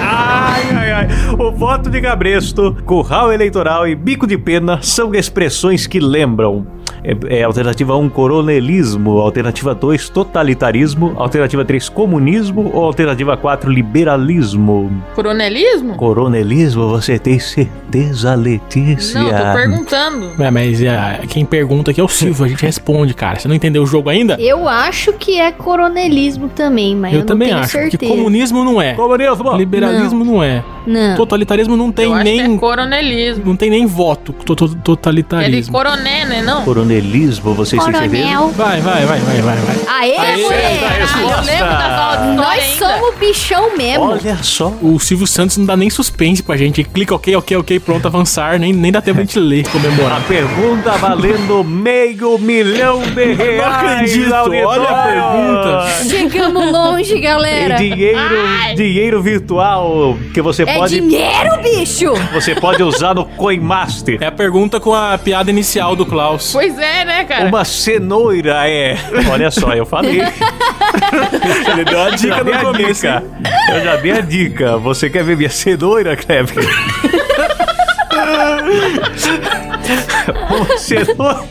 [SPEAKER 8] Ai, ai, ai. O voto de cabresto, curral eleitoral e bico de pena são expressões que lembram. É, é, alternativa 1, coronelismo. Alternativa 2, totalitarismo. Alternativa 3, comunismo. Ou alternativa 4, liberalismo.
[SPEAKER 4] Coronelismo?
[SPEAKER 8] Coronelismo, você tem certeza, Letícia?
[SPEAKER 4] Não, tô perguntando.
[SPEAKER 2] É, mas é, quem pergunta aqui é o Silvio, a gente responde, cara. Você não entendeu o jogo ainda?
[SPEAKER 3] Eu acho que é coronelismo também, mas eu,
[SPEAKER 2] Eu
[SPEAKER 3] não
[SPEAKER 2] também
[SPEAKER 3] tenho
[SPEAKER 2] acho
[SPEAKER 3] certeza.
[SPEAKER 2] que comunismo não é.
[SPEAKER 8] Comunismo.
[SPEAKER 2] Liberalismo não, é.
[SPEAKER 3] Não.
[SPEAKER 2] Totalitarismo não tem
[SPEAKER 4] Eu acho que
[SPEAKER 2] nem.
[SPEAKER 4] é coronelismo.
[SPEAKER 2] não tem nem voto. to- to-
[SPEAKER 4] É de
[SPEAKER 2] Totalitarismo.
[SPEAKER 4] coroné, né? Não?
[SPEAKER 8] Coronelismo, você tem certeza?
[SPEAKER 3] Coronel.
[SPEAKER 2] Vai, vai, vai, vai, vai, vai.
[SPEAKER 3] Aê,
[SPEAKER 4] Ah,
[SPEAKER 3] moleque!
[SPEAKER 4] eu lembro das aulas de
[SPEAKER 3] Nós
[SPEAKER 4] história ainda.
[SPEAKER 3] somos bichão mesmo.
[SPEAKER 8] Olha só.
[SPEAKER 2] O Silvio Santos não dá nem suspense pra gente. Ele Clica ok, ok, ok, pronto, avançar. Nem, nem dá tempo de a gente ler,
[SPEAKER 8] A
[SPEAKER 2] comemorar.
[SPEAKER 8] pergunta valendo meio milhão de reais.
[SPEAKER 2] acredito, olha a pergunta.
[SPEAKER 3] Chegamos longe, galera.
[SPEAKER 8] É dinheiro, dinheiro virtual que você
[SPEAKER 3] É
[SPEAKER 8] pode
[SPEAKER 3] dinheiro, bicho!
[SPEAKER 8] você pode usar no Coinmaster.
[SPEAKER 2] É a pergunta com a piada inicial do Klaus.
[SPEAKER 4] Pois é, né, cara?
[SPEAKER 8] Uma cenoura é. Olha só, eu falei. Ele deu a dica
[SPEAKER 2] no começo,
[SPEAKER 8] Eu já dei a dica. Você quer ver minha cenoura, Kleber? Uma cenoura.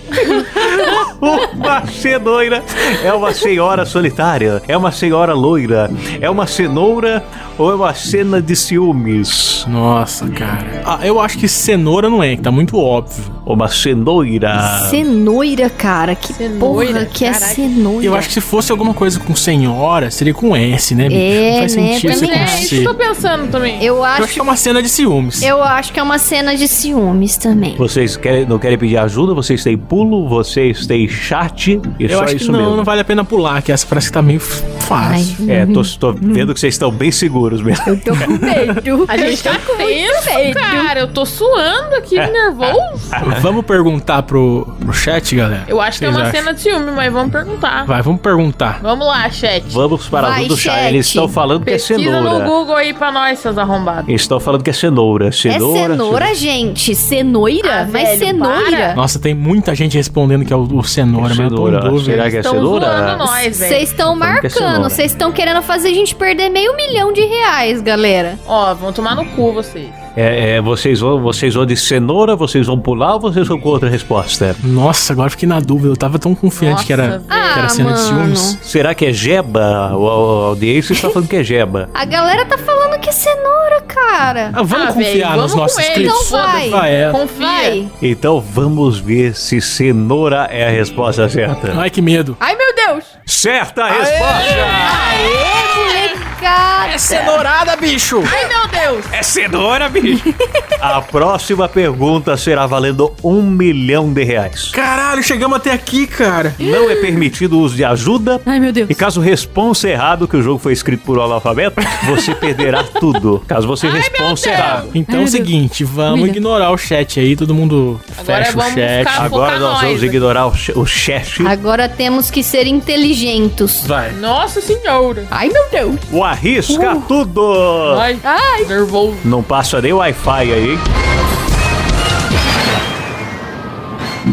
[SPEAKER 8] Uma cenoura é uma senhora solitária, é uma senhora loira, é uma cenoura ou é uma cena de ciúmes?
[SPEAKER 2] Nossa, cara. Ah, eu acho que cenoura não é, que tá muito óbvio.
[SPEAKER 8] Uma cenoura.
[SPEAKER 3] Cenoura, cara. Que porra que é cenoura?
[SPEAKER 2] Eu acho que se fosse alguma coisa com senhora, seria com S, né, bicho?
[SPEAKER 3] É,
[SPEAKER 2] não faz
[SPEAKER 3] né?
[SPEAKER 2] sentido ser
[SPEAKER 3] Também
[SPEAKER 2] com
[SPEAKER 4] É, isso
[SPEAKER 2] C.
[SPEAKER 4] que eu tô pensando também.
[SPEAKER 3] Eu
[SPEAKER 2] Eu
[SPEAKER 3] acho
[SPEAKER 2] acho que é uma cena de ciúmes.
[SPEAKER 3] Eu acho que é uma cena de ciúmes também.
[SPEAKER 8] Vocês querem, não querem pedir ajuda? Vocês têm pulo, vocês têm chat e
[SPEAKER 2] Eu
[SPEAKER 8] É só
[SPEAKER 2] acho que
[SPEAKER 8] isso
[SPEAKER 2] não,
[SPEAKER 8] mesmo.
[SPEAKER 2] não vale a pena pular, que essa parece que tá meio f- fácil.
[SPEAKER 8] É, tô, tô vendo que vocês estão bem seguros mesmo.
[SPEAKER 3] Eu tô com medo.
[SPEAKER 4] A gente tá tenso, cara. Eu tô suando aqui, nervoso.
[SPEAKER 2] Vamos perguntar pro, pro chat, galera?
[SPEAKER 4] Eu acho que é
[SPEAKER 2] Vocês
[SPEAKER 4] uma
[SPEAKER 2] acham?
[SPEAKER 4] cena de ciúme, mas vamos perguntar.
[SPEAKER 2] Vai, vamos perguntar.
[SPEAKER 4] Vamos lá, chat.
[SPEAKER 8] Vamos para
[SPEAKER 3] Vai,
[SPEAKER 8] a do chá.
[SPEAKER 3] chat.
[SPEAKER 8] Eles estão falando que é
[SPEAKER 4] Pesquisa no
[SPEAKER 8] cenoura.
[SPEAKER 4] Google aí pra nós, seus arrombados.
[SPEAKER 8] Eles estão falando que é cenoura.
[SPEAKER 3] É
[SPEAKER 8] Cenoura.
[SPEAKER 3] cenoura, gente. Cenoura?
[SPEAKER 4] Ah,
[SPEAKER 3] Mas
[SPEAKER 4] velho,
[SPEAKER 3] cenoura?
[SPEAKER 2] Nossa, tem muita gente respondendo que é o, o cenoura, mas eu tô em
[SPEAKER 8] Cenoura.
[SPEAKER 2] dúvida.
[SPEAKER 8] Será que é
[SPEAKER 4] Estão zoando
[SPEAKER 8] cenoura?
[SPEAKER 4] nós, velho.
[SPEAKER 3] Vocês estão
[SPEAKER 8] falando que é
[SPEAKER 3] marcando,
[SPEAKER 8] cenoura.
[SPEAKER 3] vocês estão querendo fazer a gente perder meio milhão de reais, galera.
[SPEAKER 4] Ó, vão tomar no cu vocês.
[SPEAKER 8] É, é, vocês, vão, vocês vão de cenoura, vocês vão pular ou vocês vão com outra resposta?
[SPEAKER 2] Nossa, agora eu fiquei na dúvida. Eu tava tão confiante
[SPEAKER 4] Nossa,
[SPEAKER 2] que era,
[SPEAKER 4] velho.
[SPEAKER 2] que era
[SPEAKER 3] Ah,
[SPEAKER 2] cena de
[SPEAKER 3] mano.
[SPEAKER 2] ciúmes.
[SPEAKER 8] Será que é jeba? O, o- a audiência está falando que é jeba.
[SPEAKER 3] A galera tá falando que é cenoura, cara.
[SPEAKER 2] Ah, vamos
[SPEAKER 4] Ah,
[SPEAKER 2] confiar
[SPEAKER 4] velho, vamos
[SPEAKER 2] nos
[SPEAKER 4] com
[SPEAKER 2] nossos
[SPEAKER 4] ele,
[SPEAKER 2] clientes.
[SPEAKER 3] então vai.
[SPEAKER 2] vai é.
[SPEAKER 4] Confia.
[SPEAKER 3] Vai.
[SPEAKER 8] Então vamos ver se cenoura é a resposta certa.
[SPEAKER 2] Ai, que medo.
[SPEAKER 4] Ai, meu Deus.
[SPEAKER 8] Certa resposta!
[SPEAKER 3] Aê, molecada.
[SPEAKER 2] cenourada, bicho!
[SPEAKER 4] Ai, meu Deus!
[SPEAKER 5] É cenoura, bicho.
[SPEAKER 1] A próxima pergunta será valendo um milhão de reais.
[SPEAKER 2] Caralho, chegamos até aqui, cara.
[SPEAKER 1] Não é permitido o uso de ajuda.
[SPEAKER 3] Ai, meu Deus.
[SPEAKER 1] E caso responsa errado, que o jogo foi escrito por analfabeto, você perderá tudo. Caso você responsa errado.
[SPEAKER 2] Então é o seguinte, vamos
[SPEAKER 3] Humilha.
[SPEAKER 2] ignorar o chat aí, todo mundo
[SPEAKER 4] Agora
[SPEAKER 2] fecha o
[SPEAKER 4] vamos
[SPEAKER 2] chat.
[SPEAKER 4] ficar-
[SPEAKER 1] Agora
[SPEAKER 4] Focar
[SPEAKER 1] nós
[SPEAKER 4] nós,
[SPEAKER 1] vamos
[SPEAKER 4] né?
[SPEAKER 1] ignorar o, che- o chefe.
[SPEAKER 3] Agora temos que ser inteligentes.
[SPEAKER 2] Vai.
[SPEAKER 4] Nossa senhora!
[SPEAKER 3] Ai, meu Deus.
[SPEAKER 1] O arrisca
[SPEAKER 4] Uh.
[SPEAKER 1] tudo!
[SPEAKER 4] Ai,
[SPEAKER 3] Ai.
[SPEAKER 4] nervoso.
[SPEAKER 1] Não passa nem Wi-Fi aí. hein?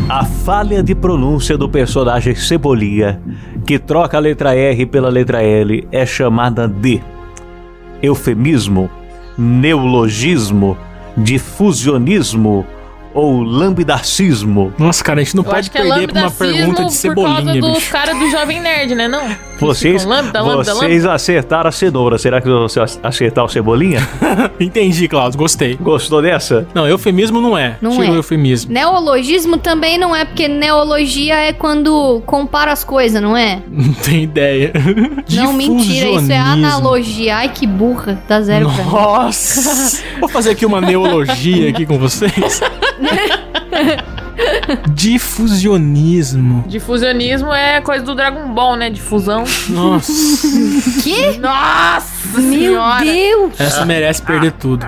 [SPEAKER 1] A falha de pronúncia do personagem Cebolinha, que troca a letra R pela letra L, é chamada de eufemismo, neologismo, difusionismo ou lambidarcismo.
[SPEAKER 2] Nossa, cara, a gente não
[SPEAKER 4] Eu
[SPEAKER 2] pode
[SPEAKER 4] acho que é
[SPEAKER 2] perder pra uma
[SPEAKER 4] lambdacismo
[SPEAKER 2] pergunta de
[SPEAKER 4] por causa
[SPEAKER 2] cebolinha,
[SPEAKER 4] dos
[SPEAKER 2] bicho.
[SPEAKER 4] caras do Jovem Nerd, né? Não? Eles
[SPEAKER 1] Vocês,
[SPEAKER 4] ficam Lambda, lambda, lambda.
[SPEAKER 1] vocês acertaram a cenoura. Será que vão acertar o Cebolinha?
[SPEAKER 2] Entendi, Klaus, gostei.
[SPEAKER 1] Gostou dessa?
[SPEAKER 2] Não, eufemismo não é.
[SPEAKER 3] Não
[SPEAKER 2] Tira
[SPEAKER 3] é.
[SPEAKER 2] o eufemismo.
[SPEAKER 3] Neologismo também não é, porque neologia é quando compara as coisas, não é?
[SPEAKER 2] Não tem ideia.
[SPEAKER 3] Não, mentira, isso é
[SPEAKER 2] Difusionismo.
[SPEAKER 3] analogia. Ai, que burra. Dá zero pra mim.
[SPEAKER 2] Nossa! Vou fazer aqui uma neologia aqui com vocês. Difusionismo.
[SPEAKER 4] Difusionismo é coisa do Dragon Ball, né? Difusão.
[SPEAKER 2] Nossa,
[SPEAKER 3] Que?
[SPEAKER 4] Nossa
[SPEAKER 3] Meu
[SPEAKER 4] senhora!
[SPEAKER 3] Deus.
[SPEAKER 2] essa merece perder tudo.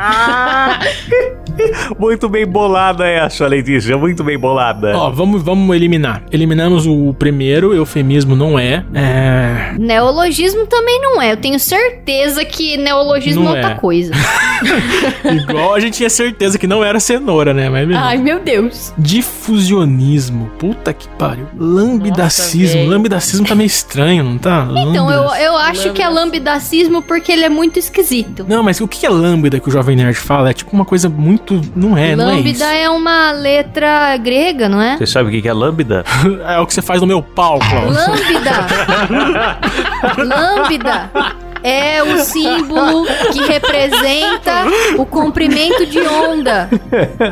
[SPEAKER 1] Muito bem bolada essa, Letícia. Muito bem bolada.
[SPEAKER 2] Ó, vamos, vamos eliminar. Eliminamos o primeiro, eufemismo não é. É.
[SPEAKER 3] Neologismo também não é. Eu tenho certeza que neologismo
[SPEAKER 2] Não
[SPEAKER 3] é
[SPEAKER 2] é.
[SPEAKER 3] outra coisa.
[SPEAKER 2] Igual a gente tinha certeza que não era cenoura, né? Mas beleza.
[SPEAKER 3] Ai, meu Deus.
[SPEAKER 2] Difusionismo. Puta que pariu. Lambidacismo.
[SPEAKER 4] velho.
[SPEAKER 2] Lambidacismo tá meio estranho, não tá?
[SPEAKER 3] Então, eu, eu acho que é
[SPEAKER 4] Lambda.
[SPEAKER 3] lambidacismo porque ele é muito esquisito.
[SPEAKER 2] Não, mas o que é lambda que o Jovem Nerd fala? É tipo uma coisa muito. Não é, não é isso.
[SPEAKER 3] Lambda é, uma letra grega, não é?
[SPEAKER 1] Você sabe o que que é lambda?
[SPEAKER 2] É o que você faz no meu pau, Klaus.
[SPEAKER 3] Lambda. Lambda é o símbolo que representa o comprimento de onda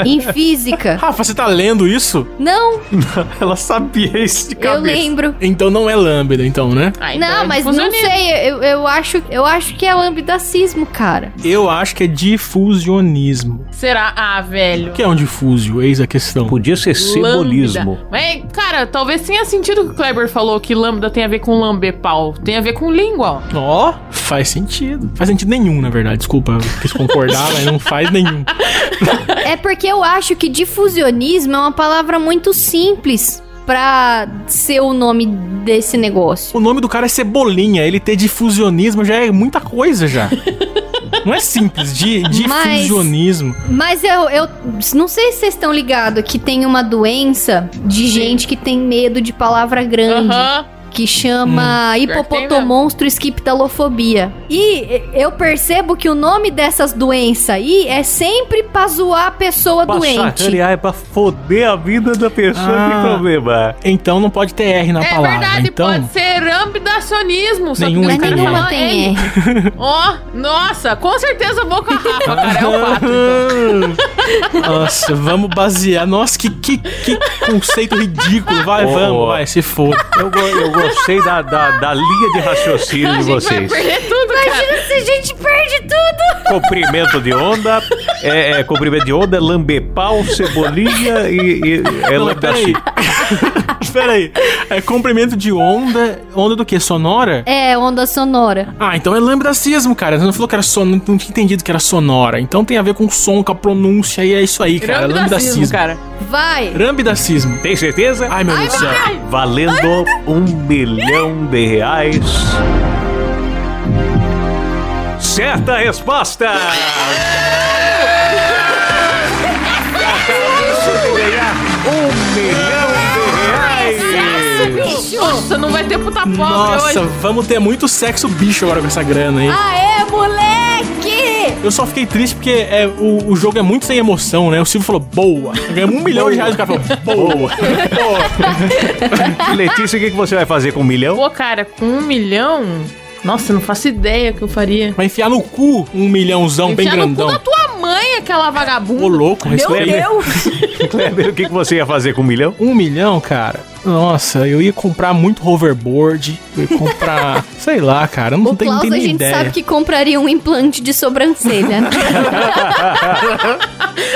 [SPEAKER 3] em física.
[SPEAKER 2] Rafa, você tá lendo isso?
[SPEAKER 3] Não,
[SPEAKER 5] Ela sabia isso de
[SPEAKER 3] eu
[SPEAKER 5] cabeça.
[SPEAKER 3] lembro.
[SPEAKER 2] Então não é lambda, então, né?
[SPEAKER 4] Ah, então
[SPEAKER 3] Não,
[SPEAKER 4] é
[SPEAKER 3] mas não
[SPEAKER 4] difusionismo.
[SPEAKER 3] sei. Eu, eu acho, eu acho que é lambidacismo, cara.
[SPEAKER 2] Eu acho que é difusionismo.
[SPEAKER 4] Será? Ah, velho.
[SPEAKER 2] O que é um difúsio? Eis a questão.
[SPEAKER 1] Podia ser simbolismo.
[SPEAKER 4] Lambda. Mas, cara, talvez tenha sentido o que o Kleber falou que lambda tem a ver com lamber pau. Tem a ver com língua, ó.
[SPEAKER 2] Ó, faz sentido. Faz sentido nenhum, na verdade. Desculpa, eu quis concordar, mas não faz nenhum.
[SPEAKER 3] É porque eu acho que difusionismo é uma palavra muito simples pra ser o nome desse negócio.
[SPEAKER 2] O nome do cara é Cebolinha. Ele ter difusionismo já é muita coisa, já. Não é simples. Di, difusionismo.
[SPEAKER 3] Mas eu, eu não sei se vocês estão ligados que tem uma doença de gente que tem medo de palavra grande.
[SPEAKER 4] Aham.
[SPEAKER 3] que chama
[SPEAKER 2] Hum.
[SPEAKER 4] pior que tem
[SPEAKER 3] hipopotomonstro esquiptalofobia. E e, eu percebo que o nome dessas doenças aí é sempre pra zoar a pessoa
[SPEAKER 1] Pra
[SPEAKER 3] doente.
[SPEAKER 1] sacanear, é pra foder a vida da pessoa
[SPEAKER 2] Ah.
[SPEAKER 1] que tem problema.
[SPEAKER 2] Então não pode ter R na
[SPEAKER 4] É
[SPEAKER 2] palavra.
[SPEAKER 4] verdade,
[SPEAKER 2] então,
[SPEAKER 4] pode ser ambidacionismo. Só
[SPEAKER 2] Nenhum
[SPEAKER 4] que
[SPEAKER 3] Mas
[SPEAKER 4] os caras
[SPEAKER 2] tem
[SPEAKER 3] nenhuma
[SPEAKER 4] falam,
[SPEAKER 3] tem é.
[SPEAKER 4] hein?
[SPEAKER 3] R.
[SPEAKER 4] Ó, nossa, com certeza eu vou com a Rafa, cara. É o fato. então.
[SPEAKER 2] Nossa, vamos basear. Nossa, que, que, que conceito ridículo. Vai,
[SPEAKER 1] Ô,
[SPEAKER 2] vamos,
[SPEAKER 1] ô.
[SPEAKER 2] vai, se for.
[SPEAKER 1] Eu, go- eu gostei da, da, da linha de raciocínio
[SPEAKER 4] A
[SPEAKER 1] de
[SPEAKER 4] gente vai
[SPEAKER 1] vocês.
[SPEAKER 4] perder tudo, cara.
[SPEAKER 3] Imagina se a gente perde tudo!
[SPEAKER 1] Comprimento de onda, é, é, comprimento de onda, é lambepau, cebolinha e, e é
[SPEAKER 2] Não,
[SPEAKER 1] lambaci.
[SPEAKER 2] peraí. peraí. É comprimento de onda. Onda do quê? Sonora?
[SPEAKER 3] É, onda sonora.
[SPEAKER 2] Ah, então é lambdacismo, cara. Você não falou que era sonora, não tinha entendido que era sonora. Então tem a ver com o som, com a pronúncia, e é isso aí, cara. É
[SPEAKER 4] Ambidacismo,
[SPEAKER 2] lambdacismo.
[SPEAKER 4] cara.
[SPEAKER 3] Vai!
[SPEAKER 2] Rambidacismo.
[SPEAKER 1] Tem certeza?
[SPEAKER 2] Ai, meu Deus do céu.
[SPEAKER 1] Valendo um milhão de reais. Certa resposta! Acabou de ganhar um milhão de reais!
[SPEAKER 4] Nossa, não vai ter puta pobre
[SPEAKER 2] Nossa,
[SPEAKER 4] hoje.
[SPEAKER 2] vamos ter muito sexo bicho agora com essa grana aí.
[SPEAKER 3] Aê, moleque!
[SPEAKER 2] Eu só fiquei triste porque é, o, o jogo é muito sem emoção, né? O Silvio falou, boa. Ganhamos um milhão de reais, o cara falou, boa.
[SPEAKER 1] Letícia, o que que você vai fazer com um milhão?
[SPEAKER 4] Pô, cara, com um milhão... Nossa, eu não faço ideia o que eu faria.
[SPEAKER 2] Vai enfiar no cu um milhãozão bem
[SPEAKER 4] Enfiar no cu da
[SPEAKER 2] grandão.
[SPEAKER 4] tua mãe, aquela vagabunda.
[SPEAKER 2] Ô, louco, respeita.
[SPEAKER 1] Kleber, o que que você ia fazer com um milhão?
[SPEAKER 2] Um milhão, cara. Nossa, eu ia comprar muito hoverboard, eu ia comprar, sei lá, cara, eu não
[SPEAKER 3] O
[SPEAKER 2] tenho, não
[SPEAKER 3] Klaus,
[SPEAKER 2] tenho
[SPEAKER 3] a
[SPEAKER 2] nem
[SPEAKER 3] gente
[SPEAKER 2] ideia.
[SPEAKER 3] sabe que compraria um implante de sobrancelha. né?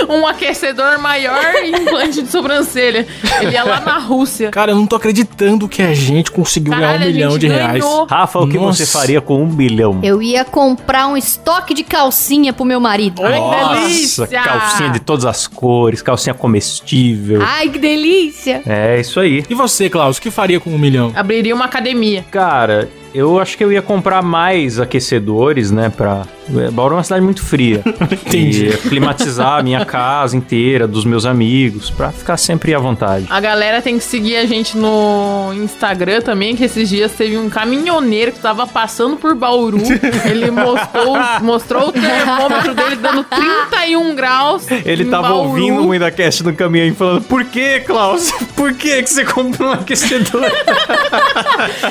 [SPEAKER 4] Um aquecedor maior e implante de sobrancelha. Ele é lá na Rússia.
[SPEAKER 2] Cara, eu não tô acreditando que a gente conseguiu
[SPEAKER 4] Caralho, a
[SPEAKER 2] ganhar um milhão
[SPEAKER 4] gente
[SPEAKER 2] de reais.
[SPEAKER 4] ganhou.
[SPEAKER 8] Rafa, o que
[SPEAKER 2] Nossa.
[SPEAKER 8] você faria com um bilhão?
[SPEAKER 3] Eu ia comprar um estoque de calcinha pro meu marido.
[SPEAKER 4] que
[SPEAKER 8] Nossa,
[SPEAKER 4] delícia!
[SPEAKER 8] calcinha de todas as cores, calcinha comestível.
[SPEAKER 4] Ah.
[SPEAKER 3] Ai, que delícia!
[SPEAKER 8] É isso aí.
[SPEAKER 2] E você, Klaus, o que faria com um milhão?
[SPEAKER 4] Abriria uma academia.
[SPEAKER 1] Cara, eu acho que eu ia comprar mais aquecedores, né? Pra. é, Bauru é uma cidade muito fria.
[SPEAKER 2] Entendi.
[SPEAKER 1] E climatizar a minha casa inteira, dos meus amigos, pra ficar sempre à vontade.
[SPEAKER 4] A galera tem que seguir a gente no Instagram também, que esses dias teve um caminhoneiro que tava passando por Bauru. Ele mostrou, mostrou o termômetro dele dando 31 graus.
[SPEAKER 1] Ele
[SPEAKER 4] em
[SPEAKER 1] tava
[SPEAKER 4] Bauru.
[SPEAKER 1] ouvindo o WindaCast no caminho e falando: Por que, Klaus? Por que, que você comprou um aquecedor?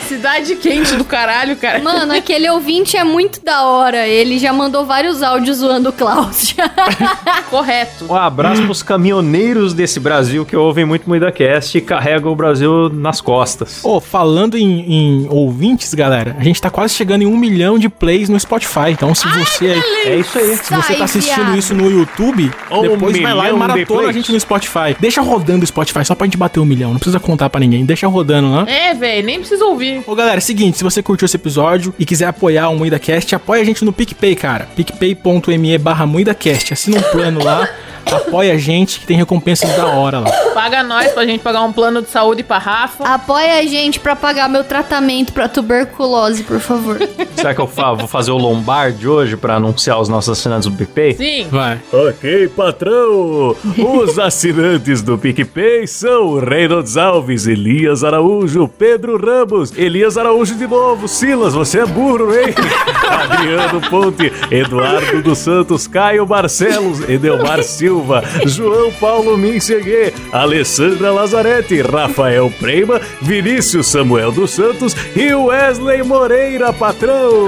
[SPEAKER 4] Cidade quente do caralho, cara.
[SPEAKER 3] Mano, aquele ouvinte é muito da hora. Ele já mandou vários áudios zoando o Klaus. já.
[SPEAKER 4] Correto.
[SPEAKER 1] um abraço pros caminhoneiros desse Brasil que ouvem muito o WindaCast e carregam o Brasil nas costas.
[SPEAKER 2] Ô, falando em, em ouvintes, galera, a gente tá quase chegando em um milhão de plays no Spotify. Então, se você
[SPEAKER 1] É isso aí.
[SPEAKER 2] se você
[SPEAKER 3] Sai,
[SPEAKER 2] tá assistindo
[SPEAKER 3] viado.
[SPEAKER 2] isso no YouTube,
[SPEAKER 8] Um
[SPEAKER 2] depois vai lá e
[SPEAKER 8] milhão de
[SPEAKER 2] maratona a
[SPEAKER 8] plays.
[SPEAKER 2] gente no Spotify. Deixa rodando o Spotify só pra gente bater um milhão. Não precisa contar pra ninguém. Deixa rodando né? lá.
[SPEAKER 4] É, velho, nem precisa ouvir.
[SPEAKER 2] Ô galera, é seguinte, se você curtiu esse episódio e quiser apoiar o MuidaCast, apoia a gente no PicPay, cara. picpay.me barra MuidaCast. Assina um plano lá, apoia a gente que tem recompensas da hora lá.
[SPEAKER 4] Paga nós pra gente pagar um plano de saúde pra
[SPEAKER 3] Ah.
[SPEAKER 4] Rafa.
[SPEAKER 3] Apoia a gente pra pagar meu tratamento pra tuberculose, por favor.
[SPEAKER 1] Será que eu fa- vou fazer o Lombardi hoje pra anunciar os nossos assinantes do PicPay?
[SPEAKER 4] Sim.
[SPEAKER 2] Vai.
[SPEAKER 8] Ok, patrão! Os assinantes do PicPay são Reynolds Alves, Elias Araújo, Pedro Ramos, Elias Araújo de novo, Silas, você é burro, hein? Adriano Ponte, Eduardo dos Santos, Caio Barcelos, Edelmar Silva, João Paulo Minseguê, Alessandra Lazarete, Rafael Preima, Vinícius Samuel dos Santos e Wesley Moreira, patrão!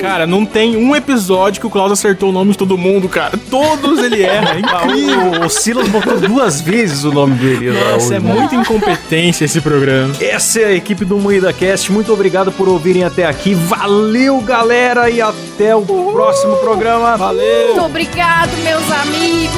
[SPEAKER 2] Cara, não tem um episódio que o Klaus acertou o nome de todo mundo, cara. Todos ele erra, é incrível.
[SPEAKER 1] O, o Silas botou duas vezes o nome do Elias Araújo.
[SPEAKER 2] Nossa, é muita incompetência esse programa.
[SPEAKER 1] Essa é a equipe do Moída Cast. Muito obrigado por ouvirem até aqui. Valeu, galera, e até o próximo programa. Valeu!
[SPEAKER 3] Muito obrigado, meus amigos!